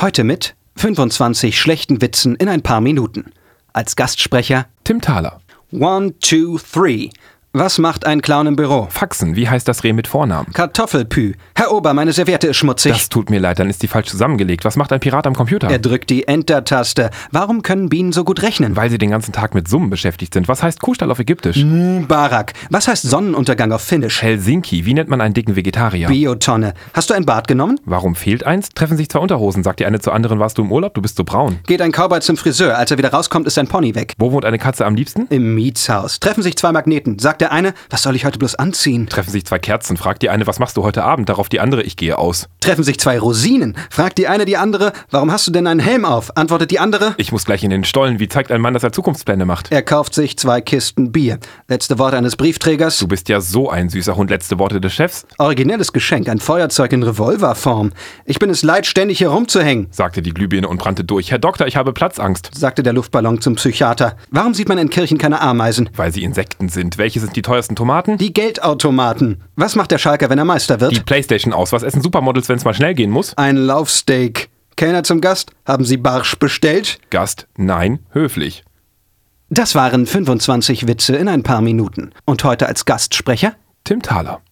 Heute mit 25 schlechten Witzen in ein paar Minuten. Als Gastsprecher Tim Thaler. One, two, three. Was macht ein Clown im Büro? Faxen, wie heißt das Reh mit Vornamen? Kartoffelpü. Herr Ober, meine Serviette ist schmutzig. Das tut mir leid, dann ist die falsch zusammengelegt. Was macht ein Pirat am Computer? er drückt die Enter-Taste. Warum können Bienen so gut rechnen? Weil sie den ganzen Tag mit Summen beschäftigt sind. Was heißt Kuhstall auf Ägyptisch? Mhm. Hm, Barak. Was heißt Sonnenuntergang auf Finnisch? Helsinki, wie nennt man einen dicken Vegetarier? Biotonne. Hast du ein Bad genommen? Warum fehlt eins? Treffen sich zwei Unterhosen, sagt die eine zur anderen, warst du im Urlaub, du bist so braun. Geht ein Cowboy zum Friseur. Als er wieder rauskommt, ist sein Pony weg. Wo wohnt eine Katze am liebsten? Im Mietshaus. Treffen sich zwei Magneten. Sagt der eine, was soll ich heute bloß anziehen? Treffen sich zwei Kerzen, fragt die eine, was machst du heute Abend? Darauf die andere, ich gehe aus. Treffen sich zwei Rosinen. Fragt die eine die andere, warum hast du denn einen Helm auf? Antwortet die andere, Ich muss gleich in den Stollen, wie zeigt ein Mann, dass er Zukunftspläne macht? er kauft sich zwei Kisten Bier. Letzte Worte eines Briefträgers. Du bist ja so ein süßer Hund, letzte Worte des Chefs, Originelles Geschenk, ein Feuerzeug in Revolverform. Ich bin es leid, ständig hier rumzuhängen, sagte die Glühbirne und brannte durch. Herr Doktor, ich habe Platzangst. sagte der Luftballon zum Psychiater. Warum sieht man in Kirchen keine Ameisen? Weil sie Insekten sind. Welche sind die teuersten Tomaten? Die Geldautomaten. Was macht der Schalker, wenn er Meister wird? Die Playstation aus. Was essen Supermodels, wenn es mal schnell gehen muss? Ein Laufsteak. Kellner zum Gast, haben Sie Barsch bestellt? Gast, nein, höflich. Das waren 25 Witze in ein paar Minuten. Und heute als Gastsprecher Tim Thaler.